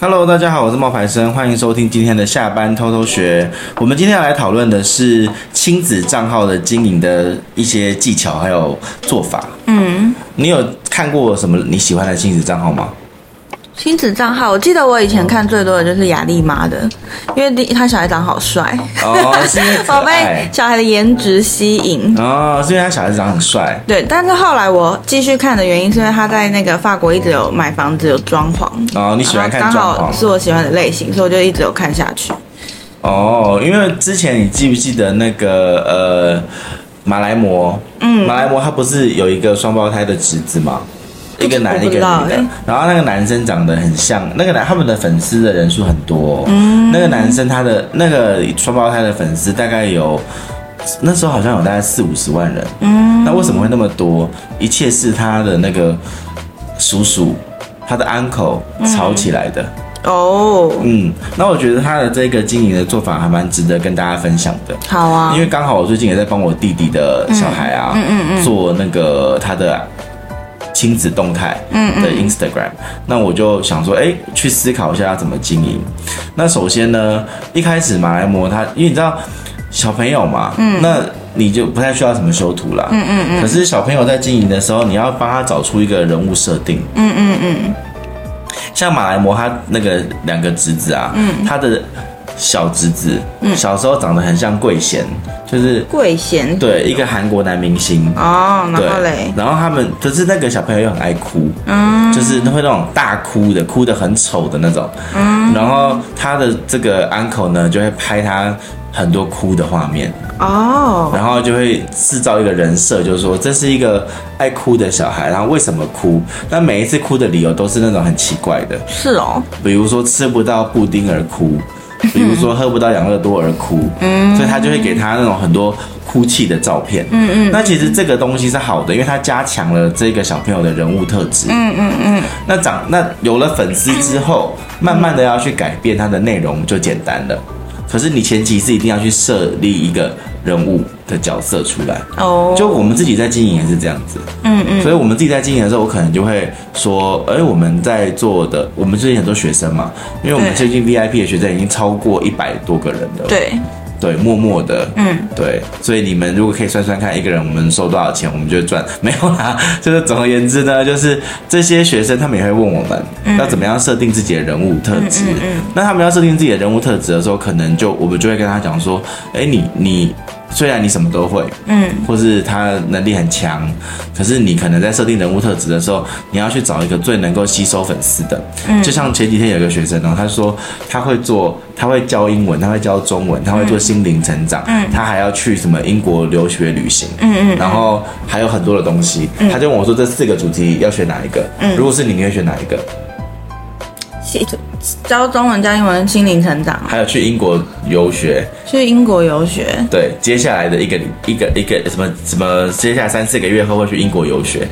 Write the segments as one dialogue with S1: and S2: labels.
S1: Hello，大家好，我是冒牌生，欢迎收听今天的下班偷偷学。我们今天要来讨论的是亲子账号的经营的一些技巧还有做法。
S2: 嗯，
S1: 你有看过什么你喜欢的亲子账号 吗？
S2: 亲子账号，我记得我以前看最多的就是雅丽妈的，因为第他小孩长好帅，
S1: 哦，是因为可
S2: 我被
S1: 爱。
S2: 小孩的颜值吸引。
S1: 哦，是因为他小孩子长得很帅。
S2: 对，但是后来我继续看的原因是因为他在那个法国一直有买房子有装潢，
S1: 哦，你喜欢看
S2: 然后
S1: 装
S2: 啊刚好
S1: 潢
S2: 是我喜欢的类型，所以我就一直有看下去。
S1: 哦，因为之前你记不记得那个呃马来貘？嗯，马来貘他不是有一个双胞胎的侄子吗？一个男
S2: 我
S1: 一
S2: 不
S1: 个
S2: 知
S1: 女
S2: 道
S1: 的
S2: 欸，
S1: 然后那个男生长得很像那个男，他们的粉丝的人数很多、
S2: 嗯
S1: 那个男生他的那个双胞胎的粉丝大概有那时候好像有大概四五十万人。嗯，那为什么会那么多？一切是他的那个叔叔，他的 uncle
S2: 嗯
S1: 炒起来的。
S2: 哦，
S1: 嗯，那我觉得他的这个经营的做法还蛮值得跟大家分享的，
S2: 好啊
S1: 因，为刚好我最近也在帮我弟弟的小孩啊，做那个他的亲子动态的 Instagram，、那我就想说，哎、去思考一下要怎么经营。那首先呢，一开始马来模他，因为你知道小朋友嘛，那你就不太需要什么修图啦，嗯嗯嗯。可是小朋友在经营的时候，你要帮他找出一个人物设定，嗯嗯嗯。像马来模他那个两个侄子啊，他的小侄子、
S2: 嗯
S1: 小时候长得很像贵贤，就是
S2: 贵贤
S1: 对一个韩国男明星，
S2: 哦，然后
S1: 对
S2: 嘞，，
S1: 然后他们可是那个小朋友又很爱哭，嗯，就是会那种大哭的，哭的很丑的那种，嗯，然后他的这个 uncle 呢就会拍他很多哭的画面，
S2: 哦，
S1: 然后就会制造一个人设，就是说这是一个爱哭的小孩，然后为什么哭？那每一次哭的理由都是那种很奇怪的，
S2: 是哦，
S1: 比如说吃不到布丁而 哭，比如说喝不到养乐多而哭，嗯，所以他就会给他那种很多哭泣的照片，嗯嗯。那其实这个东西是好的，因为它加强了这个小朋友的人物特质，嗯嗯嗯。那长那有了粉丝之 后，慢慢的要去改变它的内容就简单了。可是你前提是一定要去设立一个人物的角色出来，
S2: 哦，
S1: 就我们自己在经营也是这样子，
S2: 嗯嗯，
S1: 所以我们自己在经营的时候，我可能就会说，哎、我们在做的，我们最近很多学生嘛，因为我们
S2: 对
S1: 最近 VIP 的学生已经超过一百多个人了，
S2: 对，
S1: 对，默默的，
S2: 嗯，
S1: 对，所以你们如果可以算算看，一个人我们收多少钱，我们就会赚 没有啦。就是总而言之呢，就是这些学生他们也会问我们、
S2: 嗯
S1: 要怎么样设定自己的人物特质。那他们要设定自己的人物特质的时候，可能就我们就会跟他讲说，哎、你你虽然你什么都会，
S2: 嗯，
S1: 或是他能力很强，可是你可能在设定人物特质的时候，你要去找一个最能够吸收粉丝的。就像前几天有一个学生呢、他说他会做，他会教英文，他会教中文，他会做心灵成长，他还要去什么英国留学旅行，嗯嗯嗯，嗯然后还有很多的东西。他就问我说这四个主题要选哪一个？如果是你，你会选哪一个？
S2: 写教中文教英文心灵成长，啊
S1: 还有去英国游学，
S2: 去英国游学，
S1: 对，接下来的一个礼一个一个什么什么，接下来三四个月后会去英国游学。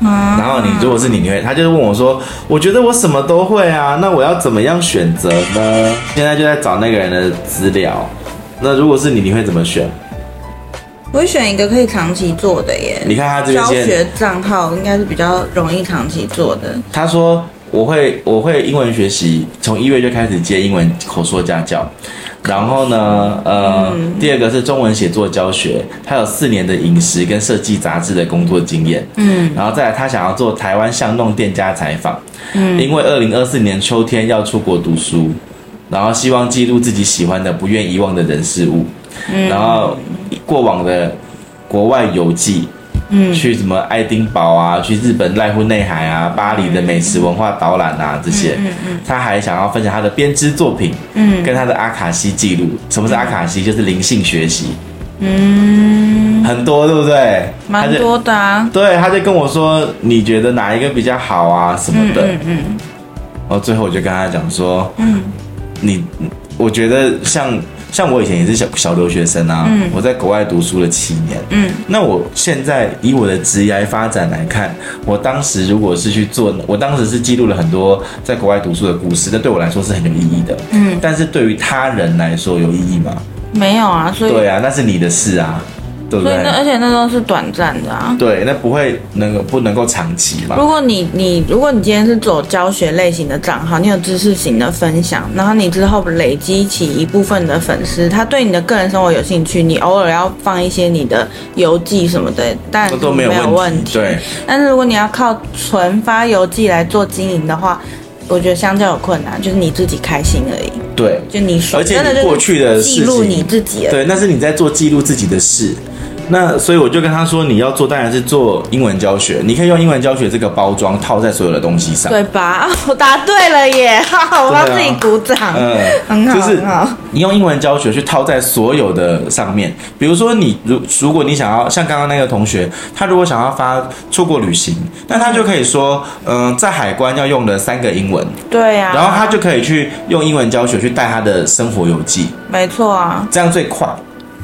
S1: 然后你如果是你，你会，他就是问我说，我觉得我什么都会啊，那我要怎么样选择呢？现在就在找那个人的资料。那如果是你，你会怎么选？
S2: 我会选一个可以长期做的耶。
S1: 你看他这边
S2: 教
S1: 先，
S2: 学账号应该是比较容易长期做的。
S1: 他说我会我会英文学习，从一月就开始接英文口说家教，然后呢，呃，第二个是中文写作教学，他有四年的饮食跟设计杂志的工作经验，嗯，然后再来他想要做台湾巷弄店家采访，嗯，因为二零二四年秋天要出国读书，然后希望记录自己喜欢的、不愿遗忘的人事物，
S2: 嗯
S1: 然后过往的国外游记，嗯，去什么爱丁堡啊，去日本濑户内海啊，巴黎的美食文化导览啊这些，他还想要分享他的编织作品，嗯，跟他的阿卡西记录。什么是阿卡西？就是灵性学习，嗯，很多对不对？他
S2: 蛮
S1: 就
S2: 多的啊，
S1: 对，他就跟我说，你觉得哪一个比较好啊什么的。嗯嗯。然后最后我就跟他讲说，嗯，你，我觉得像像我以前也是小小留学生啊，我在国外读书了七年，嗯，那我现在以我的职业发展来看，我当时如果是去做，我当时是记录了很多在国外读书的故事，那对我来说是很有意义的，嗯，但是对于他人来说有意义吗？
S2: 没有啊，所以
S1: 对啊，那是你的事啊。对不
S2: 所以
S1: 对？
S2: 那而且那都是短暂的啊。
S1: 对，那不会能够不能够长期嘛？
S2: 如果你你如果你今天是走教学类型的账号，你有知识型的分享，然后你之后累积起一部分的粉丝，他对你的个人生活有兴趣，你偶尔要放一些你的游记什么的，但
S1: 那都
S2: 没
S1: 没有问题
S2: 问
S1: 对
S2: 但是如果你要靠纯发游记来做经营的话，我觉得相较有困难，就是你自己开心而已，
S1: 对，
S2: 就你爽
S1: 而且
S2: 真的
S1: 你
S2: 就是
S1: 过去的事情
S2: 记录你自己而已
S1: 对，那是你在做记录自己的事。那所以我就跟他说，你要做当然是做英文教学，你可以用英文教学这个包装套在所有的东西上。
S2: 对吧？ 我答对了耶！哈哈，我帮自己鼓掌，很
S1: 啊呃
S2: 好，
S1: 就是
S2: 很好。
S1: 嗯你用英文教学去套在所有的上面，比如说你如如果你想要像刚刚那个同学，他如果想要发出国旅行，那他就可以说，嗯、在海关要用的三个英文，
S2: 对呀、啊，
S1: 然后他就可以去用英文教学去带他的生活游记，
S2: 没错啊，
S1: 这样最快，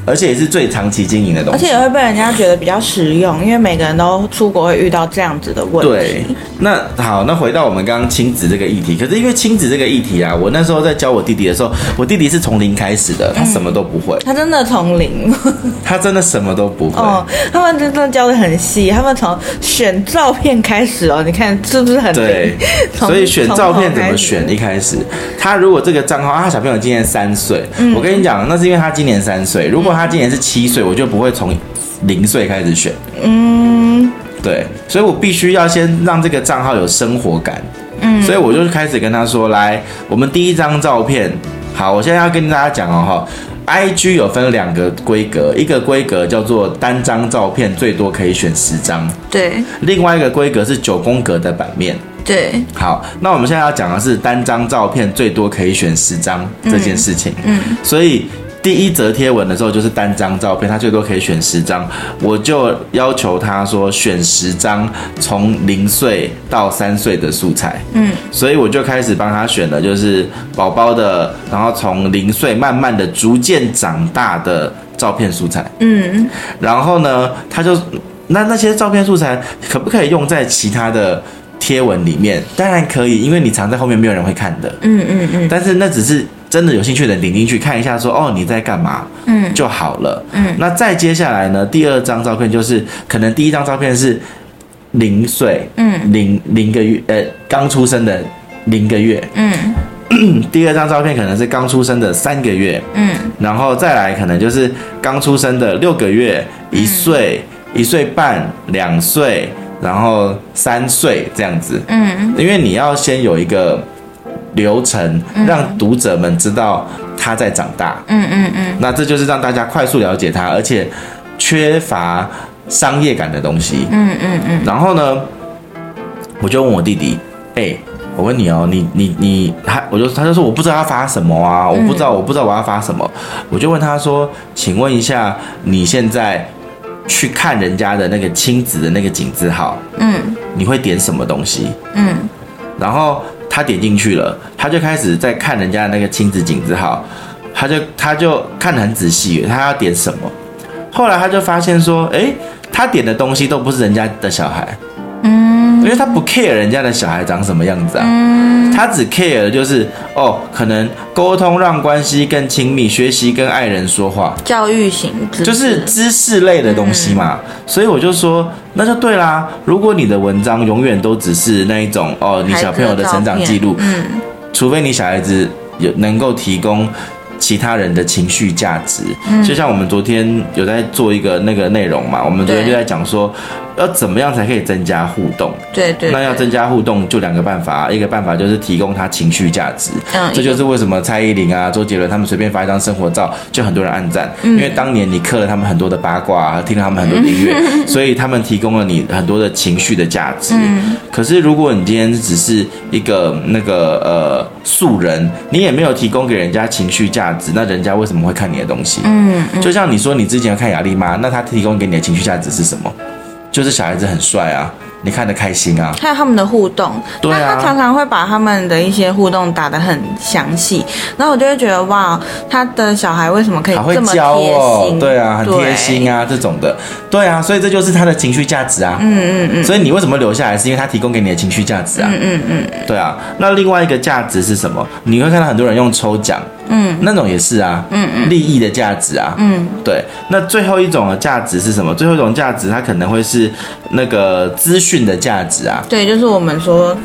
S1: 而且也是最长期经营的东
S2: 而
S1: 西
S2: 且。也会被人家觉得比较实用，因为每个人都出国会遇到这样子的问
S1: 对
S2: 题。，
S1: 那好，那回到我们刚刚亲子这个议题，可是因为亲子这个议题啊，我那时候在教我弟弟的时候，我弟弟是从零开始
S2: 嗯
S1: 的，他什么都不会，
S2: 他真的从零
S1: 他真的什么都不会。
S2: 哦，他们真的教的很细，他们从选照片开始哦，你看是不是很
S1: 对
S2: 零？从
S1: 所以选照片怎么？
S2: 从头
S1: 选？
S2: 开始
S1: 一开始，他如果这个账号，啊他小朋友今年三岁，
S2: 嗯
S1: 我跟你讲，那是因为他今年三岁。如果他今年是七岁，我就不会从零岁开始选。
S2: 嗯，
S1: 对，所以我必须要先让这个账号有生活感。嗯，所以我就开始跟他说，来，我们第一张照片，好，我现在要跟大家讲哦，哈。I G 有分两个规格，一个规格叫做单张照片最多可以选十张，
S2: 对
S1: 另外一个规格是九宫格的版面。
S2: 对，
S1: 好，那我们现在要讲的是单张照片最多可以选十张这件事情。嗯，所以第一则贴文的时候就是单张照片，它最多可以选十张，我就要求他说选十张从零岁到三岁的素材。嗯，所以我就开始帮他选了，就是宝宝的，然后从零岁慢慢的逐渐长大的照片素材。
S2: 嗯，
S1: 然后呢，他就那那些照片素材可不可以用在其他的贴文里面？当然可以，因为你藏在后面，没有人会看的。
S2: 嗯嗯嗯，
S1: 但是那只是真的有兴趣的人点进去看一下说哦你在干嘛，嗯，就好了。嗯，那再接下来呢，第二张照片就是可能第一张照片是零岁，嗯，零零个月，呃，刚出生的零个月，嗯。第二张照片可能是刚出生的三个月，嗯，然后再来可能就是刚出生的六个月、一岁、一岁半、两岁，然后三岁这样子，嗯，因为你要先有一个流程，让读者们知道他在长大。嗯嗯嗯。那这就是让大家快速了解他，而且缺乏商业感的东西。嗯嗯嗯。然后呢，我就问我弟弟，哎、我问你哦，你你你，他我就他就说我不知道要发什么啊，我
S2: 嗯
S1: 不知道我不知道我要发什么，我就问他说，请问一下，你现在去看人家的那个亲子的那个井字号，
S2: 嗯
S1: 你会点什么东西？
S2: 嗯
S1: 然后他点进去了，他就开始在看人家的那个亲子景字号，他就他就看得很仔细，他要点什么。后来他就发现说，哎诶，他点的东西都不是人家的小孩，
S2: 嗯
S1: 因为他不 care 人家的小孩长什么样子啊，
S2: 嗯，
S1: 他只 care 的就是哦，可能沟通让关系更亲密，学习跟爱人说话，
S2: 教育型知识
S1: 就是知识类的东西嘛，
S2: 嗯
S1: 所以我就说，那就对啦。如果你的文章永远都只是那一种哦，你小朋友的成长记录
S2: 孩，子的照片嗯。
S1: 除非你小孩子有能够提供其他人的情绪价值，就像我们昨天有在做一个那个内容嘛，我们昨天
S2: 对
S1: 就在讲说，要怎么样才可以增加互动。
S2: 对对，
S1: 那要
S2: 对
S1: 增加互动，就两个办法，一个办法就是提供他情绪价值，
S2: 嗯
S1: 这就是为什么蔡依林啊、周杰伦他们随便发一张生活照，就很多人按赞，
S2: 嗯
S1: 因为当年你刻了他们很多的八卦、啊，听了他们很多的音
S2: 嗯
S1: 乐， 所以他们提供了你很多的情绪的价值。
S2: 嗯
S1: 可是如果你今天只是一个那个呃素人，你也没有提供给人家情绪价值，那人家为什么会看你的东西？
S2: 嗯嗯
S1: 就像你说你之前要看雅丽妈，那她提供给你的情绪价值是什么？就是小孩子很帅啊，你看得开心啊。
S2: 还有他们的互动，
S1: 对啊
S2: 那他常常会把他们的一些互动打得很详细，然后我就会觉得哇，他的小孩为什么可以
S1: 好会
S2: 这么
S1: 教
S2: 贴
S1: 哦
S2: 心？，
S1: 对啊，很贴心
S2: 啊。
S1: 啊，这种的，对啊，所以这就是他的情绪价值啊。
S2: 嗯嗯嗯
S1: 所以你为什么留下来，是因为他提供给你的情绪价值啊。
S2: 嗯嗯嗯，
S1: 对啊，那另外一个价值是什么？你会看到很多人用抽奖，嗯，那种也是啊，嗯嗯，利益的价值啊，嗯，对。那最后一种的价值是什么？最后一种价值它可能会是那个资讯的价值啊，
S2: 对，就是我们说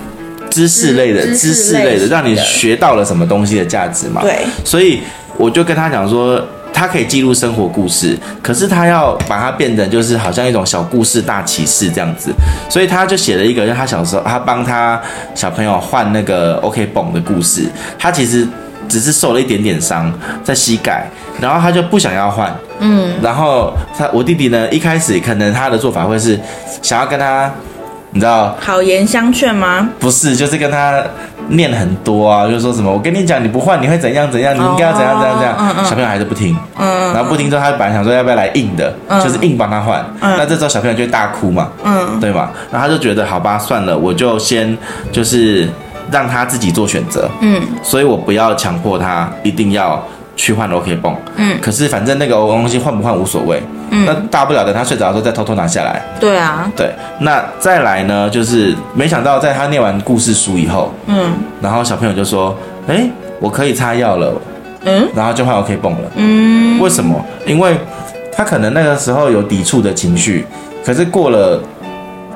S1: 知识类的、
S2: 嗯知
S1: 知
S2: 识
S1: 识
S2: 类
S1: 类的，
S2: 型
S1: 让你
S2: 的
S1: 学到了什么东西的价值嘛。
S2: 对，
S1: 所以我就跟他讲说，他可以记录生活故事，可是他要把它变成就是好像一种小故事大启示这样子，所以他就写了一个，就他小时候他帮他小朋友换那个 OK 绷的故事，他其实只是受了一点点伤在膝盖，然后他就不想要换。嗯，然后他我弟弟呢，一开始可能他的做法会是想要跟他，你知道，
S2: 好言相劝吗？
S1: 不是，就是跟他念很多啊，就说什么我跟你讲，你不换你会怎样怎样，你应该要怎样怎样怎样。
S2: 哦嗯嗯嗯
S1: 小朋友还是不听，然后不听之后，他本来想说要不要来硬的，就是硬帮他换。那这时候小朋友就会大哭嘛，
S2: 嗯
S1: 对嘛？然后他就觉得好吧，算了，我就先就是让他自己做选择，
S2: 嗯
S1: 所以我不要强迫他一定要。去换 OK 泵，
S2: 嗯
S1: 可是反正那个东西换不换无所谓，那
S2: 嗯，
S1: 大不了等他睡着的时候再偷偷拿下来，
S2: 对啊，
S1: 对，那再来呢，就是没想到在他念完故事书以后，
S2: 嗯
S1: 然后小朋友就说：“哎、我可以擦药了。”
S2: 嗯，
S1: 然后就换 OK 泵了。嗯，为什么？因为他可能那个时候有抵触的情绪，可是过了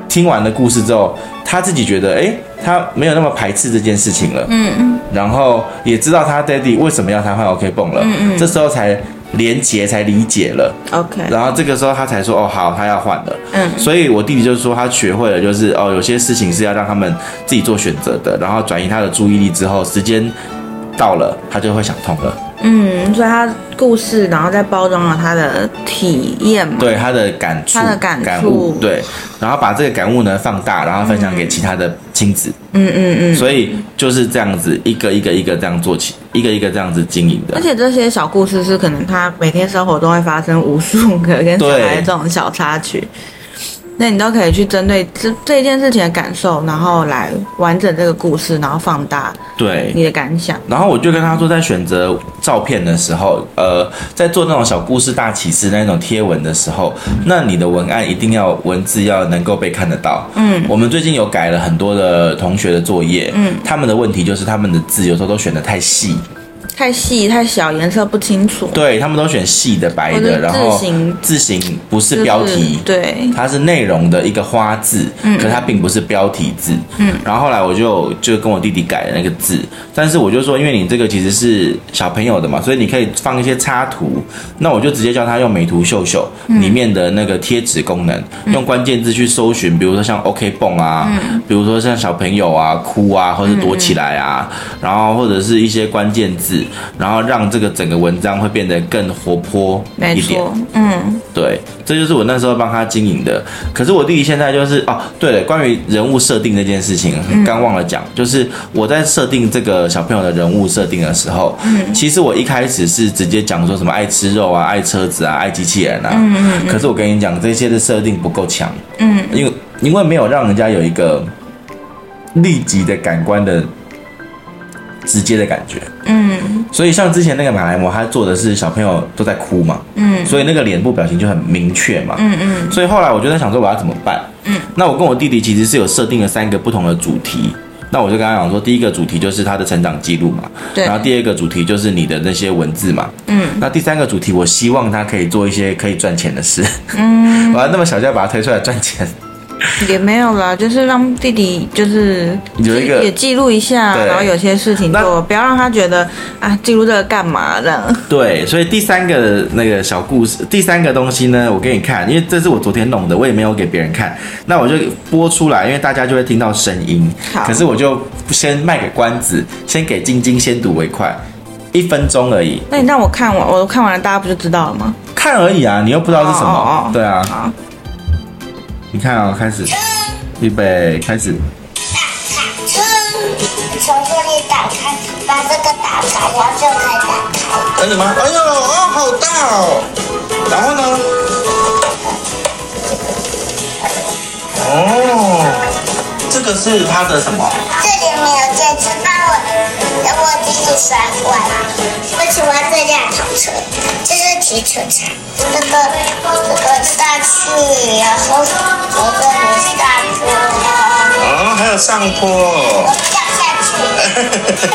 S1: 听完了故事之后，他自己觉得，哎、他没有那么排斥这件事情了。
S2: 嗯嗯
S1: 然后也知道他 daddy 为什么要他换 OK 泵了。嗯嗯，这时候才连结才理解了。
S2: ，OK，
S1: 然后这个时候他才说：“哦，好，他要换了。”
S2: 嗯
S1: 所以我弟弟就说他学会了，就是哦，有些事情是要让他们自己做选择的，然后转移他的注意力之后，时间到了，他就会想通了，
S2: 嗯，所以他故事，然后再包装了他的体验嘛，
S1: 对他的感触，
S2: 他的感触
S1: 悟，对，然后把这个感悟呢放大，然后分享给其他的亲子，
S2: 嗯嗯嗯。
S1: 所以就是这样子一个一个一个这样做起，一个一个这样子经营的
S2: 而。且这些小故事是可能他每天生活中会发生无数个跟小孩这种小插曲，那你都可以去针对这这件事情的感受，然后来完整这个故事，然后放大
S1: 对，
S2: 你的感想。
S1: 然后我就跟他说，在选择照片的时候，呃，在做那种小故事大启示那种贴文的时候，那你的文案一定要文字要能够被看得到。嗯，我们最近有改了很多的同学的作业，嗯，他们的问题就是他们的字有时候都选的太细，
S2: 太细太小，颜色不清楚，
S1: 对他们都选细的、白
S2: 或者
S1: 的，
S2: 是
S1: 然后
S2: 字形
S1: 字形不
S2: 就是
S1: 标题，
S2: 对，
S1: 它是内容的一个花字，
S2: 嗯
S1: 可是它并不是标题字。嗯，然后后来我就就跟我弟弟改了那个字，但是我就说，因为你这个其实是小朋友的嘛，所以你可以放一些插图。那我就直接叫他用美图秀秀
S2: 嗯
S1: 里面的那个贴纸功能，用关键字去搜寻，比如说像 OK 泵啊，
S2: 嗯
S1: 比如说像小朋友啊哭啊，或者躲起来
S2: 嗯
S1: 啊，然后或者是一些关键字，然后让这个整个文章会变得更活泼
S2: 没
S1: 一点。
S2: 错，嗯
S1: 对，这就是我那时候帮他经营的。可是我弟弟现在就是哦，对了，关于人物设定这件事情，刚忘了讲，就是我在设定这个小朋友的人物设定的时候，嗯，其实我一开始是直接讲说什么爱吃肉啊、爱车子啊、爱机器人啊，嗯嗯可是我跟你讲，这些的设定不够强，
S2: 嗯，
S1: 因为因为没有让人家有一个立即的感官的直接的感觉，
S2: 嗯
S1: 所以像之前那个马来模，他做的是小朋友都在哭嘛，
S2: 嗯
S1: 所以那个脸部表情就很明确嘛，
S2: 嗯嗯
S1: 所以后来我就在想说我要怎么办。
S2: 嗯，
S1: 那我跟我弟弟其实是有设定了三个不同的主题。那我就跟他讲说，第一个主题就是他的成长记录嘛，
S2: 对
S1: 然后第二个主题就是你的那些文字嘛，
S2: 嗯，
S1: 那第三个主题我希望他可以做一些可以赚钱的事，嗯， 我要那么小就要把他推出来赚钱，
S2: 也没有啦，就是让弟弟就是
S1: 有一个
S2: 也记录一下，
S1: 对
S2: 然后有些事情
S1: 那
S2: 做，不要让他觉得啊记录这个干嘛这样。
S1: 对，所以第三个那个小故事，第三个东西呢，我给你看，因为这是我昨天弄的，我也没有给别人看，那我就播出来，因为大家就会听到声音
S2: 好。
S1: 可是我就先卖给关子，先给晶晶先睹为快，一分钟而已，
S2: 那你让我看完，我看完了，大家不就知道了吗？
S1: 看而已啊，你又不知道是什么，
S2: 哦哦哦
S1: 对啊，
S2: 好，
S1: 你看啊、开始，预备，开始，
S3: 嗯，从这里打开，把这个打开，然后就可以打开。
S1: 真的吗？哎呦，哦，好大哦，然后呢？哦，这个是它的什么？
S3: 这里没有电池，那我我自己摔坏了。我喜欢这辆跑车，这是停车场。这个这个大去，然后我这很大坡，然后
S1: 哦，还有上坡。
S3: 我掉下去。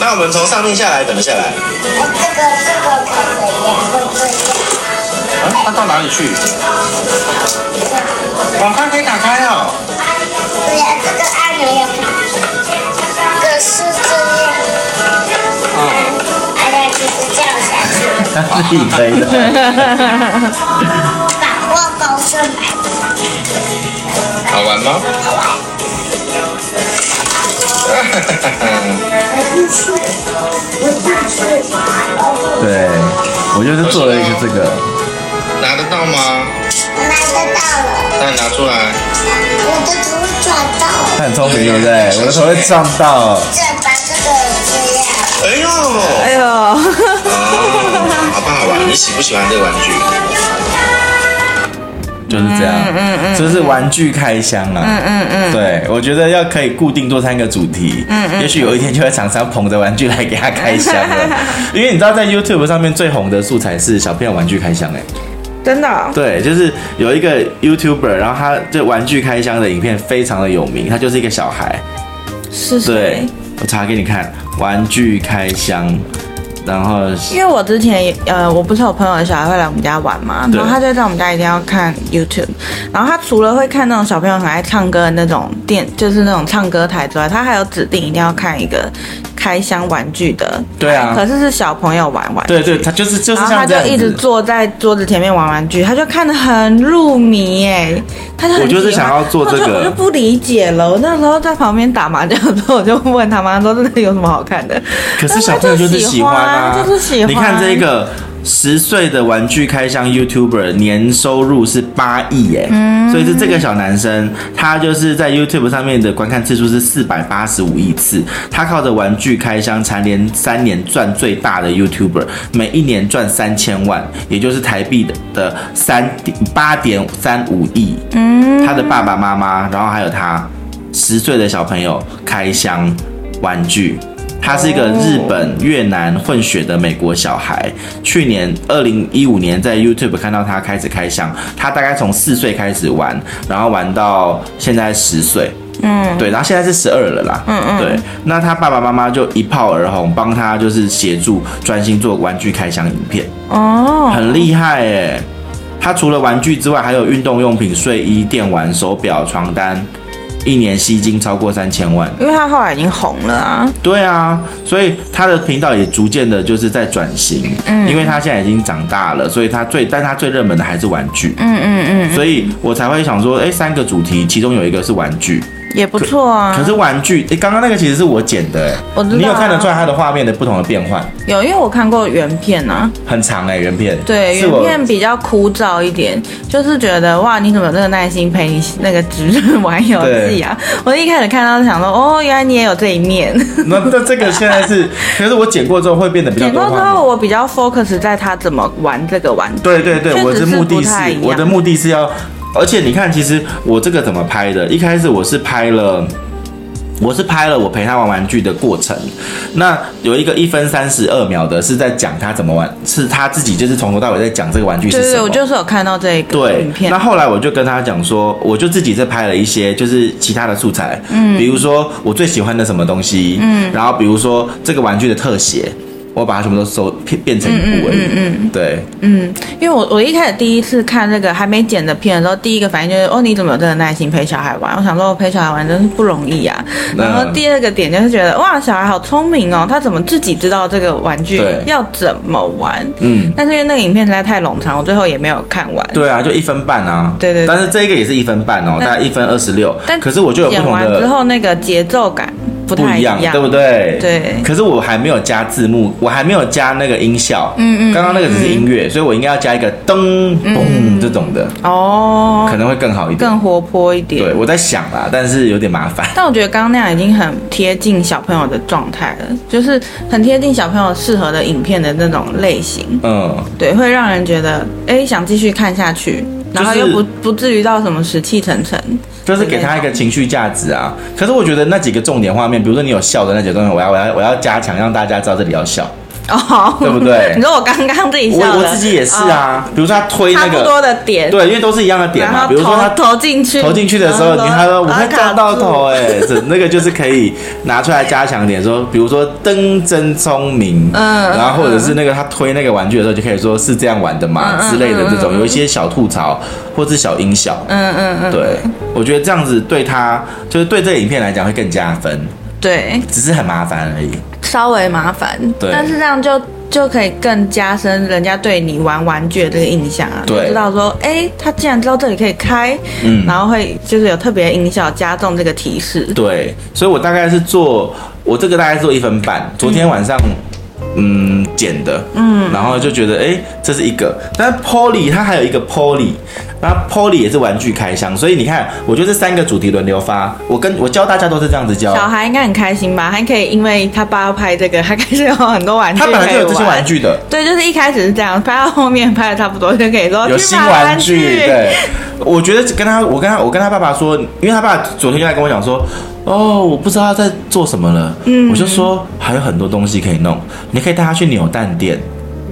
S4: 那我们从上面下来，怎么下来？
S3: 这个这个可以，我这样。
S4: 啊，它到哪里去？网咖可以打开哦。
S3: 对呀，这个按钮也不，这个是这样，
S4: 嗯，
S3: 按下去是这样下去，
S1: 他自己推的。
S3: 把握高胜买
S4: 好玩吗？好
S3: 回
S4: 玩。
S3: 去，我打算
S1: 对，我就是做了一个这个，
S4: 拿得到吗？
S3: 我拿得到了，
S4: 那你拿出来。
S3: 我的头转到了，
S1: 他很聪明，对不对？我的头会撞到。
S3: 再把这个这样，
S4: 哎呦，
S2: 哎呦，
S4: 哦，好不好玩？你喜不喜欢这个玩具？
S1: 就是这样，嗯嗯，就是玩具开箱啊，嗯嗯嗯，对，我觉得要可以固定做三个主题，嗯嗯，也许有一天就会厂商捧着玩具来给他开箱 了，因为你知道在 YouTube 上面最红的素材是小朋友玩具开箱、欸，哎，
S2: 真的哦、
S1: 对，就是有一个 YouTuber，然后他这玩具开箱的影片非常的有名，他就是一个小孩，
S2: 是谁
S1: 对？我查给你看，玩具开箱，然后
S2: 因为我之前也呃，我不是有朋友的小孩会来我们家玩嘛，
S1: 对
S2: 然后他就在我们家一定要看 YouTube，然后他除了会看那种小朋友很爱唱歌的那种电，就是那种唱歌台之外，他还有指定一定要看一个开箱玩具的，
S1: 对啊
S2: 可是是小朋友玩玩具
S1: 对对，他就是就是
S2: 然后他
S1: 像这
S2: 就
S1: 样
S2: 一直
S1: 子。
S2: 坐在桌子前面玩玩具，他就看得很入迷耶，他就很
S1: 我就是
S2: 喜欢
S1: 想要做这个
S2: 我就我就不理解了。我那时候在旁边打麻将的时候，我就问他妈说：“这个有什么好看的？”
S1: 可是小朋友就是喜欢
S2: 但
S1: 啊，
S2: 他就是喜欢，
S1: 你看这个十岁的玩具开箱 YouTuber 年收入是八亿耶，
S2: 嗯
S1: 所以是这个小男生，他就是在 YouTube 上面的观看次数是四百八十五亿次，他靠着玩具开箱蝉联三年赚最大的 YouTuber，每一年赚三千万，也就是台币的的三八点三五亿。
S2: 嗯
S1: 他的爸爸妈妈，然后还有他十岁的小朋友开箱玩具。他是一个日本、越南混血的美国小孩。去年二零一五年在 YouTube 看到他开始开箱，他大概从四岁开始玩，然后玩到现在十岁。嗯，对，然后现在是十二了啦。嗯嗯，对，那他爸爸妈妈就一炮而红，帮他就是协助专心做玩具开箱影片。
S2: 哦，
S1: 很厉害哎！他除了玩具之外，还有运动用品、睡衣、电玩、手表、床单，一年吸金超过三千万。
S2: 因为他后来已经红了啊，
S1: 对啊，所以他的频道也逐渐的就是在转型，嗯，因为他现在已经长大了，所以他最，但他最热门的还是玩具，
S2: 嗯嗯
S1: 所以我才会想说，哎，三个主题，其中有一个是玩具，
S2: 嗯，也不错啊。
S1: 可是玩具，哎，刚刚那个其实是我剪的，哎
S2: 我知道啊
S1: 你有看得出来它的画面的不同的变换，
S2: 有，因为我看过原片啊，
S1: 很长哎，原片，
S2: 对，
S1: 是
S2: 原
S1: 我
S2: 片比较枯燥一点，就是觉得哇，你怎么有那个耐心陪你那个侄子 玩游戏啊？我一开始看到就想说，哦，原来你也有这一面。
S1: 那那这个现在是，可是我剪过之后会变得比较
S2: 剪
S1: 多
S2: 过之
S1: 画面
S2: 后，。我比较 focus 在他怎么玩这个玩具。
S1: 对对对，
S2: 确
S1: 我的
S2: 实是
S1: 目的
S2: 不
S1: 是
S2: 太一样
S1: 我的目的是要，而且你看，其实我这个怎么拍的？一开始我是拍了。我是拍了我陪他玩玩具的过程，那有一个一分三十二秒的是在讲他怎么玩，是他自己就是从头到尾在讲这个玩具是
S2: 对
S1: 什么。
S2: 对对，我就是有看到这个
S1: 对
S2: 影，片
S1: 那。后来我就跟他讲说，我就自己在拍了一些就是其他的素材，嗯，比如说我最喜欢的什么东西，嗯，然后比如说这个玩具的特写，我把它全部都收变变成一部而已，嗯对，
S2: 嗯，因为我我一开始第一次看这个还没剪的片的时候，第一个反应就是哦，你怎么有这个耐心陪小孩玩？我想说，我陪小孩玩真是不容易啊。
S1: 那
S2: 然后第二个点就是觉得哇，小孩好聪明哦，他怎么自己知道这个玩具
S1: 对
S2: 要怎么玩？
S1: 嗯，
S2: 但是因为那个影片实在太冗长，我最后也没有看完。
S1: 对啊，就一分半啊，
S2: 对对对
S1: 但是这个也是一分半哦，
S2: 那
S1: 大概一分二十六，
S2: 但
S1: 可是我就有不
S2: 剪
S1: 同
S2: 完
S1: 的
S2: 之后，那个节奏感不
S1: 不
S2: 太
S1: 一样，对不对？
S2: 对
S1: 可是我还没有加字幕，我还没有加那个音效，嗯嗯，嗯刚刚那个只是音乐，所以我应该要加一个噔嘣这种的，
S2: 哦，
S1: 可能会更好一点。
S2: 更活泼一点。
S1: 对，我在想啦，但是有点麻烦。
S2: 但我觉得刚刚那样已经很贴近小朋友的状态了，就是很贴近小朋友适合的影片的那种类型，
S1: 嗯，
S2: 对，会让人觉得哎想继续看下去，然后
S1: 就
S2: 又
S1: 是
S2: 不不至于到什么死气沉沉。
S1: 就是给他一个情绪价值啊。可是我觉得那几个重点画面，比如说你有笑的那几个东西，我要我要我要加强，让大家知道这里要笑。
S2: 哦，
S1: 对不对
S2: 你说我刚刚自己笑
S1: 我
S2: 的，
S1: 我自己也是啊，比如说他推
S2: 哦，差
S1: 那
S2: 不多
S1: 个，
S2: 的点，
S1: 对，因为都是一样的点
S2: 然
S1: 嘛。
S2: 后
S1: 比如说他
S2: 投投进 去，
S1: 投进去的时候，你看他说我
S2: 会
S1: 会撞到头，哎、这那个就是可以拿出来加强点，说比如说灯真聪明，
S2: 嗯
S1: 然后或者是那个他推那个玩具的时候，就可以说是这样玩的嘛、
S2: 嗯嗯
S1: 之类的这种，有一些小吐槽或是小音效，
S2: 嗯嗯嗯，
S1: 对我觉得这样子对他就是对这个影片来讲会更加分，
S2: 对，
S1: 只是很麻烦而已。
S2: 稍微麻烦，
S1: 对
S2: 但是这样就就可以更加深人家对你玩玩具的这个印象啊，
S1: 对
S2: 就知道说，哎、他既然知道这里可以开，
S1: 嗯
S2: 然后会就是有特别音效加重这个提示，
S1: 对，所以我大概是做我这个大概做一分半，昨天晚上嗯剪的，嗯，然后就觉得哎、诶这是一个，但是 Polly 它还有一个 Polly，那 Polly 也是玩具开箱，所以你看，我觉得这三个主题轮流发，我跟我教大家都是这样子教。
S2: 小孩应该很开心吧？还可以因为他爸要拍这个， 他开始有很多玩具
S1: 他
S2: 可
S1: 本来
S2: 以玩，
S1: 就有这些玩具的，
S2: 对，就是一开始是这样，拍到后面拍的差不多就可以说
S1: 有
S2: 哦去
S1: 新
S2: 买
S1: 玩
S2: 具，
S1: 具。对，我觉得跟他，我跟他，我跟他爸爸说，因为他爸昨天就在跟我讲说，哦，我不知道他在做什么了。嗯，我就说还有很多东西可以弄，你可以带他去扭蛋店。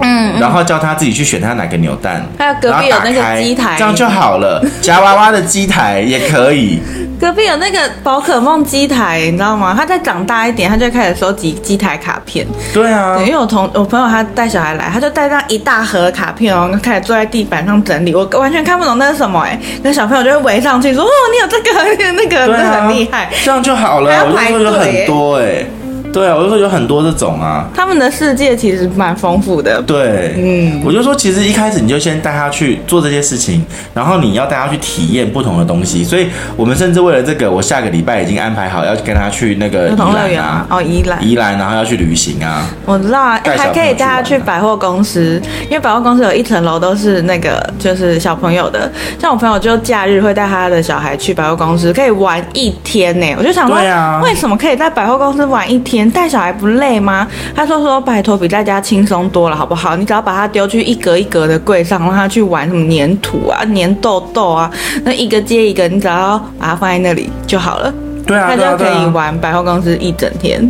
S1: 嗯，然后叫他自己去选他哪个扭蛋，
S2: 还有隔壁
S1: 然后打
S2: 有那个
S1: 开
S2: 机台
S1: 这样就好了。夹娃娃的机台也可以，
S2: 隔壁有那个宝可梦机台，你知道吗？他再长大一点，他就开始收集机台卡片。
S1: 对啊
S2: 对，因，为我同我朋友他带小孩来，他就带上一大盒卡片哦，开始坐在地板上整理，我完全看不懂那是什么哎、那小朋友就会围上去说：“哦，你有这个， 你有那个，
S1: 对
S2: 真的
S1: 啊，
S2: 很厉害。
S1: 这样就好
S2: 还
S1: 了。
S2: 要
S1: 我就
S2: 排
S1: 说有
S2: 队耶
S1: 很多哎、对啊，我就说有很多这种啊。
S2: 他们的世界其实蛮丰富的，
S1: 对，嗯，我就说，其实一开始你就先带他去做这些事情，然后你要带他去体验不同的东西。所以我们甚至为了这个，我下个礼拜已经安排好要跟他去那个
S2: 儿
S1: 宜
S2: 童乐
S1: 兰
S2: 园
S1: 啊，
S2: 哦，宜兰。
S1: 宜兰，然后要去旅行啊。
S2: 我知道啊，哎
S1: 带小
S2: 还
S1: 朋友
S2: 可以带他
S1: 去
S2: 去
S1: 玩啊
S2: 百货公司，因为百货公司有一层楼都是那个就是小朋友的。像我朋友就假日会带他的小孩去百货公司，可以玩一天呢。我就想说，
S1: 对啊
S2: 为什么可以在百货公司玩一天？带小孩不累吗？他说说拜托比在家轻松多了，好不好？你只要把他丢去一格一格的柜上，让他去玩什么粘土啊、粘豆豆啊，那一个接一个，你只要把它放在那里就好了，
S1: 对啊，
S2: 他
S1: 对啊，
S2: 就可
S1: 对
S2: 以
S1: 啊。
S2: 玩百货公司一整天。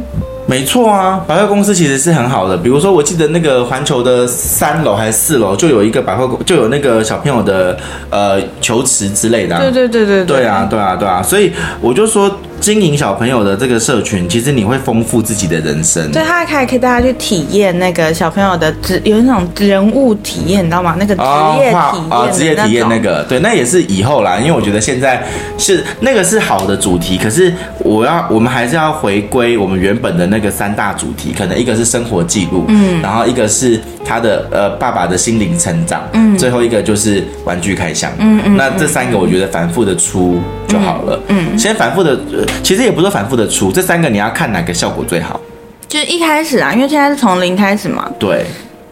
S1: 没错啊，百货公司其实是很好的。比如说，我记得那个环球的三楼还是四楼就有一个百货公，就有那个小朋友的呃球池之类的、啊。
S2: 对对对对
S1: 对啊，对啊，对啊，所以我就说，经营小朋友的这个社群，其实你会丰富自己的人生。
S2: 对，他还可以带他去体验那个小朋友的职，有那种人物体验，你知道吗？那个职
S1: 哦，
S2: 业体验的
S1: 画
S2: 那种。
S1: 哦，职业体验那个，对，那也是以后啦，因为我觉得现在是那个是好的主题，可是我要我们还是要回归我们原本的那个三大主题，可能一个是生活记录，嗯，然后一个是他的呃爸爸的心灵成长，嗯，最后一个就是玩具开箱，嗯嗯，那这三个我觉得反复的出就好了，嗯，先反复的，呃其实也不是反复的出，这三个你要看哪个效果最好，
S2: 就是一开始啊，因为现在是从零开始嘛，
S1: 对，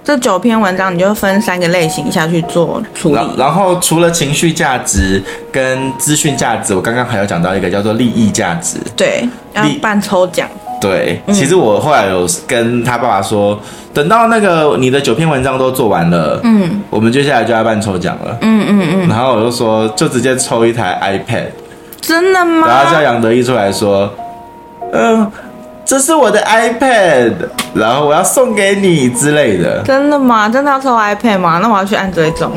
S2: 这九篇文章你就分三个类型下去做处理
S1: 然。然后除了情绪价值跟资讯价值，我刚刚还有讲到一个叫做利益价值。
S2: 对，要
S1: 你
S2: 办抽奖。
S1: 对，其实我后来有跟他爸爸说，等到那个你的九篇文章都做完了，嗯，我们接下来就要办抽奖了，嗯嗯嗯。然后我就说，就直接抽一台 iPad，
S2: 真的吗？
S1: 然后叫杨德一出来说，嗯、这是我的 iPad，然后我要送给你之类的。
S2: 真的吗？真的要抽 iPad 吗？那我要去按追 踪。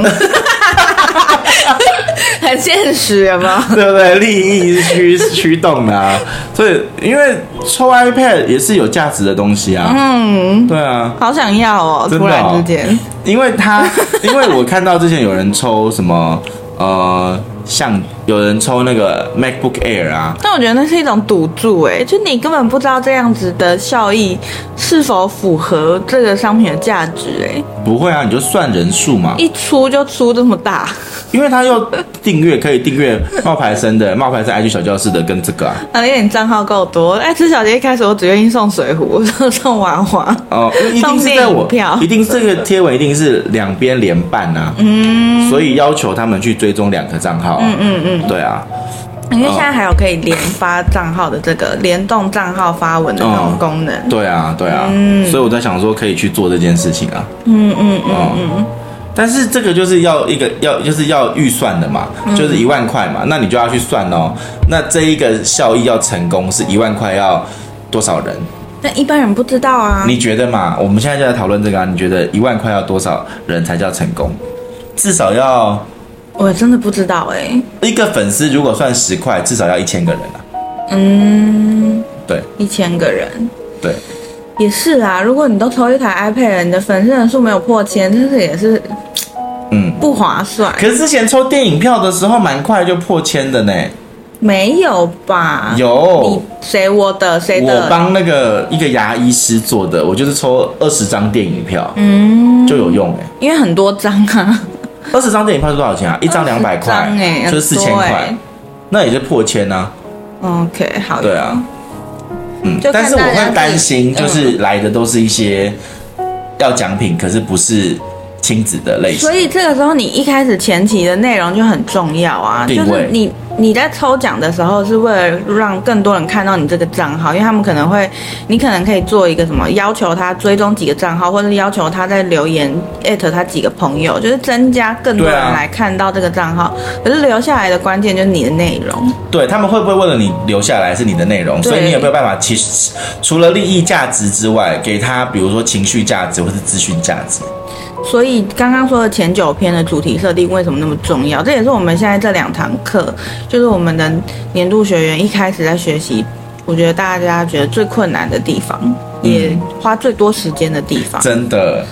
S2: 很现实，有没有？
S1: 对不对？利益驱驱动的、啊，所以因为抽 iPad 也是有价值的东西啊。
S2: 嗯，
S1: 对啊，
S2: 好想要哦！
S1: 真的
S2: 突
S1: 哦
S2: 然之间，
S1: 因为 它，因为我看到之前有人抽什么，呃，像有人抽那个 MacBook Air 啊，
S2: 但我觉得那是一种赌注、哎，就你根本不知道这样子的效益是否符合这个商品的价值、哎，
S1: 不会啊，你就算人数嘛，
S2: 一出就出这么大，
S1: 因为它又订阅可以订阅冒牌生的、冒牌生 IG 小教室的跟这个啊，
S2: 而且你账号够多。哎、吃小姐一开始我只愿意送水壶，送娃娃，
S1: 哦，一定是在
S2: 送电
S1: 我
S2: 影票，
S1: 一定这个贴文一定是两边连办啊，嗯，所以要求他们去追踪两个账号、啊，嗯嗯嗯，对啊，
S2: 因为现在还有可以连发账号的这个联动账号发文的那种功能。
S1: 对啊，对啊，所以我在想说可以去做这件事情啊。嗯嗯嗯嗯。但是这个就是要一个要就是要预算的嘛，就是一万块嘛，那你就要去算哦。那这一个效益要成功是一万块要多少人？
S2: 但一般人不知道啊。
S1: 你觉得嘛？我们现在就在讨论这个啊，你觉得一万块要多少人才叫成功？至少要
S2: 我真的不知道哎、
S1: 一个粉丝，如果算十块，至少要一千个人啊。
S2: 嗯，
S1: 对
S2: 一千个人
S1: 对，
S2: 也是啊。如果你都抽一台 iPad 了，你的粉丝人数没有破千，这是也是
S1: 嗯。
S2: 不划算。
S1: 可是之前抽电影票的时候，蛮快就破千的呢。
S2: 没有吧？
S1: 有
S2: 啊你，谁我的谁
S1: 我
S2: 的？
S1: 帮那个一个牙医师做的，我就是抽二十张电影票，
S2: 嗯，
S1: 就有用哎、
S2: 因为很多张 啊，
S1: 二十张电影票是多少钱啊？一张两百块，
S2: 20张欸
S1: 就是四
S2: 很
S1: 千
S2: 多
S1: 块
S2: 欸，
S1: 那也是破千啊。
S2: OK，好。
S1: 对啊，嗯，
S2: 就看
S1: 但是我
S2: 大家
S1: 会担
S2: 自己嗯
S1: 心，就是来的都是一些要奖品，可是不是亲子的类型。
S2: 所以这个时候，你一开始前期的内容就很重要啊，
S1: 定
S2: 就
S1: 位
S2: 是你你在抽奖的时候，是为了让更多人看到你这个账号，因为他们可能会，你可能可以做一个什么，要求他追踪几个账号，或者是要求他在留言艾特他几个朋友，就是增加更多
S1: 对
S2: 人
S1: 啊
S2: 来看到这个账号。可是留下来的关键就是你的内容，
S1: 对他们会不会为了你留下来是你的内容，
S2: 对
S1: 所以你有没有办法？其实除了利益价值之外，给他比如说情绪价值或是资讯价值，
S2: 所以刚刚说的前九篇的主题设定为什么那么重要？这也是我们现在这两堂课，就是我们的年度学员一开始在学习，我觉得大家觉得最困难的地方，也花最多时间的地方。
S1: 真的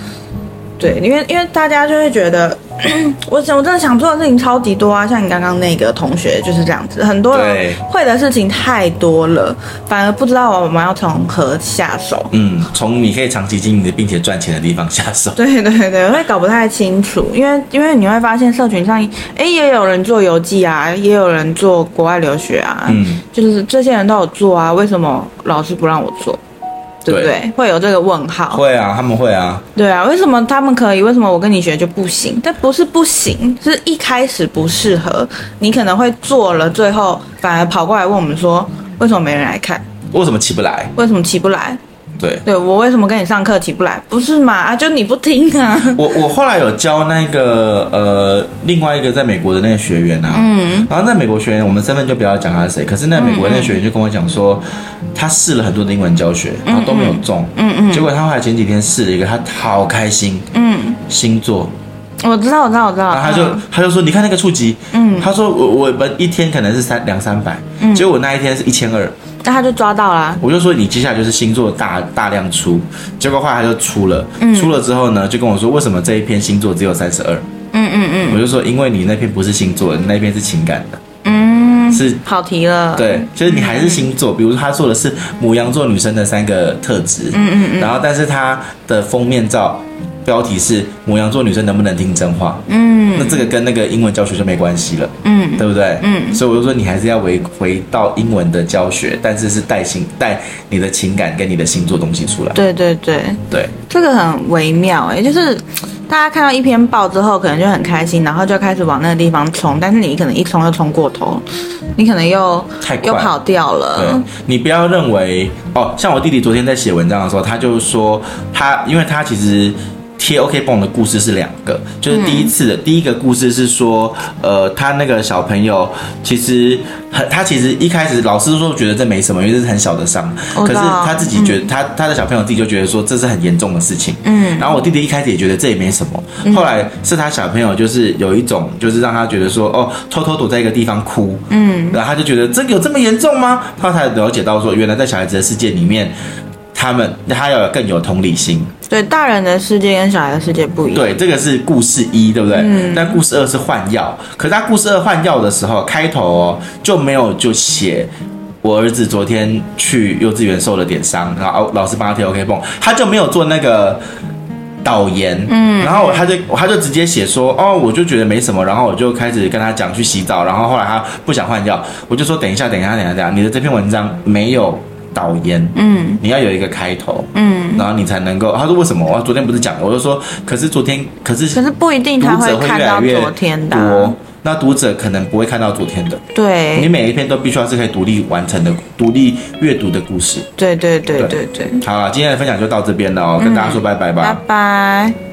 S2: 对，因为因为大家就会觉得， 我想我真的想做的事情超级多啊，像你刚刚那个同学就是这样子，很多人
S1: 对
S2: 会的事情太多了，反而不知道我们要从何下手。
S1: 嗯，从你可以长期经营的并且赚钱的地方下手。
S2: 对对对，会搞不太清楚，因为因为你会发现社群上，哎，也有人做游记啊，也有人做国外留学啊，
S1: 嗯，
S2: 就是这些人都有做啊，为什么老师不让我做？对不对？
S1: 对
S2: 会有这个问号。
S1: 会啊，他们会啊，
S2: 对啊，为什么他们可以？为什么我跟你学就不行？但不是不行，是一开始不适合，你可能会做了，最后反而跑过来问我们说，为什么没人来看？
S1: 为什么起不来？
S2: 为什么起不来？
S1: 对
S2: 对我为什么跟你上课起不来？不是嘛？啊，就你不听啊。
S1: 我我后来有教那个呃，另外一个在美国的那个学员啊，嗯，然后那美国学员，我们身份就不要讲他是谁，可是那美国那个学员就跟我讲说，他试了很多的英文教学，然后都没有中，嗯嗯，结果他后来前几天试了一个，他好开心，
S2: 嗯，
S1: 星座，
S2: 我知道，我知道，我知道。
S1: 然后他就、
S2: 嗯
S1: 他就说，你看那个触及，啊嗯，他说我我们一天可能是三两三百，嗯，结果我那一天是一千二，
S2: 那他就抓到啊啦。
S1: 我就说你接下来就是星座大大量出，结果后来他就出了，出了之后呢，就跟我说为什么这一篇星座只有三十二。
S2: 嗯嗯
S1: 我就说，因为你那篇不是星座，你那篇是情感的，
S2: 嗯嗯，
S1: 是
S2: 跑题了。，
S1: 对，就是你还是星座。比如说他做的是母羊座女生的三个特质，嗯嗯嗯，然后但是他的封面照标题是母羊座女生能不能听真话，嗯，那这个跟那个英文教学就没关系了，
S2: 嗯，
S1: 对不对？嗯，所以我就说你还是要回回到英文的教学，但是是带星带你的情感跟你的星座东西出来，
S2: 对对对，
S1: 对
S2: 这个很微妙哎、就是大家看到一篇报之后，可能就很开心，然后就开始往那个地方冲，但是你可能一冲又冲过头，你可能又
S1: 太快
S2: 又跑掉了
S1: 对。你不要认为哦，像我弟弟昨天在写文章的时候，他就说他，因为他其实。贴 OK 绷的故事是两个，就是第一次的、第一个故事是说，呃，他那个小朋友其实很，他其实一开始老师说觉得这没什么，因为这是很小的伤，
S2: 我
S1: 可
S2: 知
S1: 是
S2: 道
S1: 他自己觉得、他他的小朋友自己就觉得说这是很严重的事情，
S2: 嗯
S1: 然后我弟弟一开始也觉得这也没什么，后来是他小朋友就是有一种就是让他觉得说哦，偷偷躲在一个地方哭，嗯，然后他就觉得这个有这么严重吗？他才了解到说原来在小孩子的世界里面，他们他要有更有同理心。
S2: 对，大人的世界跟小孩的世界不一样。嗯
S1: 对，这个是故事一，对不对？但故事二是换药，可是他故事二换药的时候，开头哦就没有就写。我儿子昨天去幼稚园受了点伤，然后哦老师帮他贴 OK 绷，他就没有做那个导言，嗯，然后他就他就直接写说，哦，我就觉得没什么，然后我就开始跟他讲去洗澡，然后后来他不想换药，我就说等一下，等一下，等一下，等一下，你的这篇文章没有导言，嗯，你要有一个开头，嗯，然后你才能够，他说为什么？我昨天不是讲了，我就说，可是昨天，可是
S2: 可是不一定他
S1: 读者会
S2: 看
S1: 越
S2: 到
S1: 来越
S2: 昨天的啊、
S1: 多，那读者可能不会看到昨天的，你
S2: 对
S1: 每一篇都必须要是可以独立完成的、独立阅读的故事。
S2: 对对对
S1: 对
S2: 对对，
S1: 好了，今天的分享就到这边了哦，跟大家说拜拜吧。
S2: 嗯拜拜。